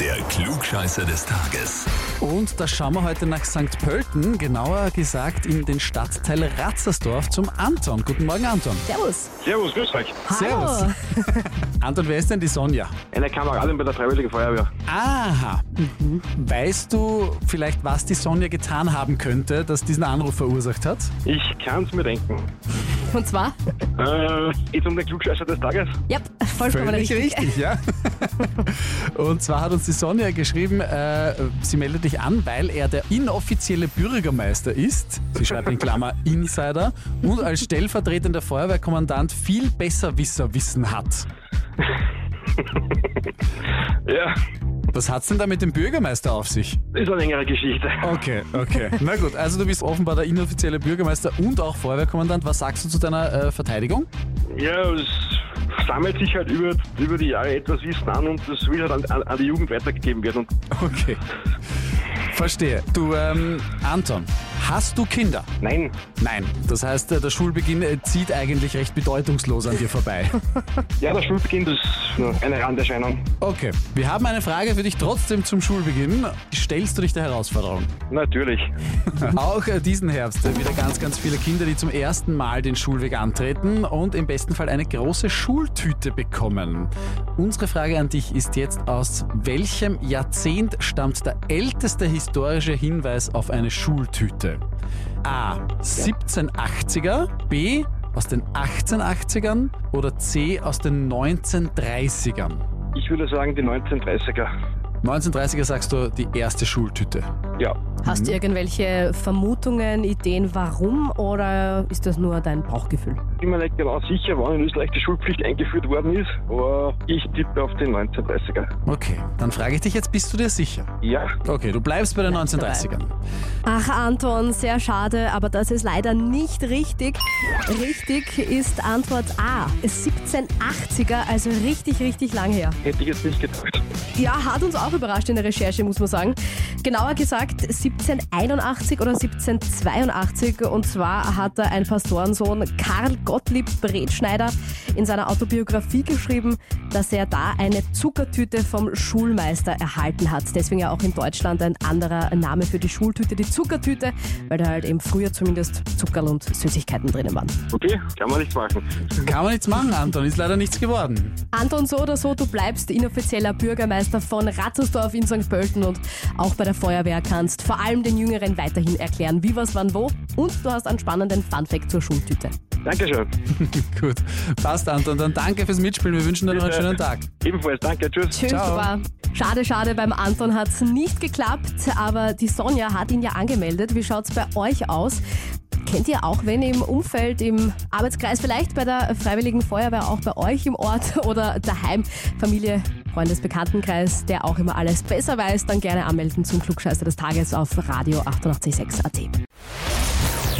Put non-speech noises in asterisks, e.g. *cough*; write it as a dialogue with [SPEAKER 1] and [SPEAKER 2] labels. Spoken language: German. [SPEAKER 1] Der Klugscheißer des Tages.
[SPEAKER 2] Und da schauen wir heute nach St. Pölten, genauer gesagt in den Stadtteil Ratzersdorf zum Anton. Guten Morgen, Anton.
[SPEAKER 3] Servus.
[SPEAKER 4] Servus, grüß euch.
[SPEAKER 2] Servus. *laughs* Anton, wer ist denn die Sonja?
[SPEAKER 4] Eine Kameradin bei der Freiwilligen Feuerwehr.
[SPEAKER 2] Aha. Weißt du vielleicht, was die Sonja getan haben könnte, das diesen Anruf verursacht hat?
[SPEAKER 4] Ich kann's mir denken.
[SPEAKER 3] Und zwar?
[SPEAKER 4] Äh, geht's um den Klugscheißer des Tages?
[SPEAKER 3] Ja, vollkommen richtig.
[SPEAKER 2] ja. *laughs* Und zwar hat uns die Sonja geschrieben, äh, sie meldet dich an, weil er der inoffizielle Bürgermeister ist. Sie schreibt in Klammer Insider und als stellvertretender Feuerwehrkommandant viel Besserwisserwissen hat.
[SPEAKER 4] Ja,
[SPEAKER 2] Was hat's denn da mit dem Bürgermeister auf sich?
[SPEAKER 4] ist eine längere Geschichte.
[SPEAKER 2] Okay, okay. Na gut, also du bist offenbar der inoffizielle Bürgermeister und auch Feuerwehrkommandant. Was sagst du zu deiner äh, Verteidigung?
[SPEAKER 4] Ja, es sammelt sich halt über, über die Jahre etwas Wissen an und das will halt an, an, an die Jugend weitergegeben werden. Und
[SPEAKER 2] Okay. Verstehe. Du, ähm, Anton, hast du Kinder?
[SPEAKER 4] nein,
[SPEAKER 2] Nein. Das heißt, äh, der Schulbeginn äh, zieht eigentlich recht bedeutungslos an dir vorbei.
[SPEAKER 4] ja, der Schulbeginn das ist nur eine Randerscheinung.
[SPEAKER 2] *laughs* Okay. Wir haben eine Frage für dich trotzdem zum Schulbeginn. Stellst du dich der Herausforderung?
[SPEAKER 4] Natürlich.
[SPEAKER 2] *laughs* Auch äh, diesen Herbst äh, wieder ganz, ganz viele Kinder, die zum ersten Mal den Schulweg antreten und im besten Fall eine große Schultüte bekommen. Unsere Frage an dich ist jetzt, aus welchem Jahrzehnt stammt der älteste historische Hinweis auf eine Schultüte? A. 1780er, B. aus den 1880ern oder C. aus den 1930ern?
[SPEAKER 4] Ich würde sagen, die 1930er.
[SPEAKER 2] 1930er sagst du die erste Schultüte.
[SPEAKER 4] Ja,
[SPEAKER 3] Hast du irgendwelche Vermutungen, Ideen, warum oder ist das nur dein Bauchgefühl?
[SPEAKER 4] ich bin mir nicht genau sicher, wann in Österreich die Schulpflicht eingeführt worden ist, aber ich tippe auf den 1930er.
[SPEAKER 2] Okay, dann frage ich dich jetzt, bist du dir sicher?
[SPEAKER 4] Ja,
[SPEAKER 2] Okay, du bleibst bei den 1930ern.
[SPEAKER 3] Ach Anton, sehr schade, aber das ist leider nicht richtig. Richtig ist Antwort A. 1780er, also richtig, richtig lang her.
[SPEAKER 4] hätte ich jetzt nicht gedacht.
[SPEAKER 3] Ja, hat uns auch überrascht in der Recherche, muss man sagen. Genauer gesagt 1781 oder 1782. Und zwar hat da ein Pastorensohn Karl Gottlieb Bretschneider in seiner Autobiografie geschrieben, dass er da eine Zuckertüte vom Schulmeister erhalten hat. Deswegen ja auch in Deutschland ein anderer Name für die Schultüte, die Zuckertüte, weil da halt eben früher zumindest Zuckerl und Süßigkeiten drinnen waren.
[SPEAKER 4] Okay, kann man nichts machen.
[SPEAKER 2] Kann man nichts machen, Anton. Ist leider nichts geworden. *laughs*
[SPEAKER 3] Anton, so oder so, du bleibst inoffizieller Bürgermeister von Ratzersdorf in St. Pölten und auch bei der Feuerwehr kannst vor allem den Jüngeren weiterhin erklären, wie, was, wann, wo. Und du hast einen spannenden Funfact zur Schultüte.
[SPEAKER 4] Dankeschön.
[SPEAKER 2] Gut. Passt, Anton. Dann danke fürs Mitspielen. Wir wünschen dir noch einen
[SPEAKER 4] Bitte.
[SPEAKER 2] schönen Tag.
[SPEAKER 4] Ebenfalls, danke, tschüss.
[SPEAKER 3] Tschüss,
[SPEAKER 2] Ciao.
[SPEAKER 3] Baba. Schade, schade, beim Anton hat's nicht geklappt, aber die Sonja hat ihn ja angemeldet. Wie schaut's bei euch aus? Kennt ihr auch, wenn im Umfeld, im Arbeitskreis, vielleicht bei der Freiwilligen Feuerwehr, auch bei euch im Ort *laughs* oder daheim, Familie, Freundes, Bekanntenkreis, der auch immer alles besser weiß, dann gerne anmelden zum Klugscheißer des Tages auf Radio 886 AT.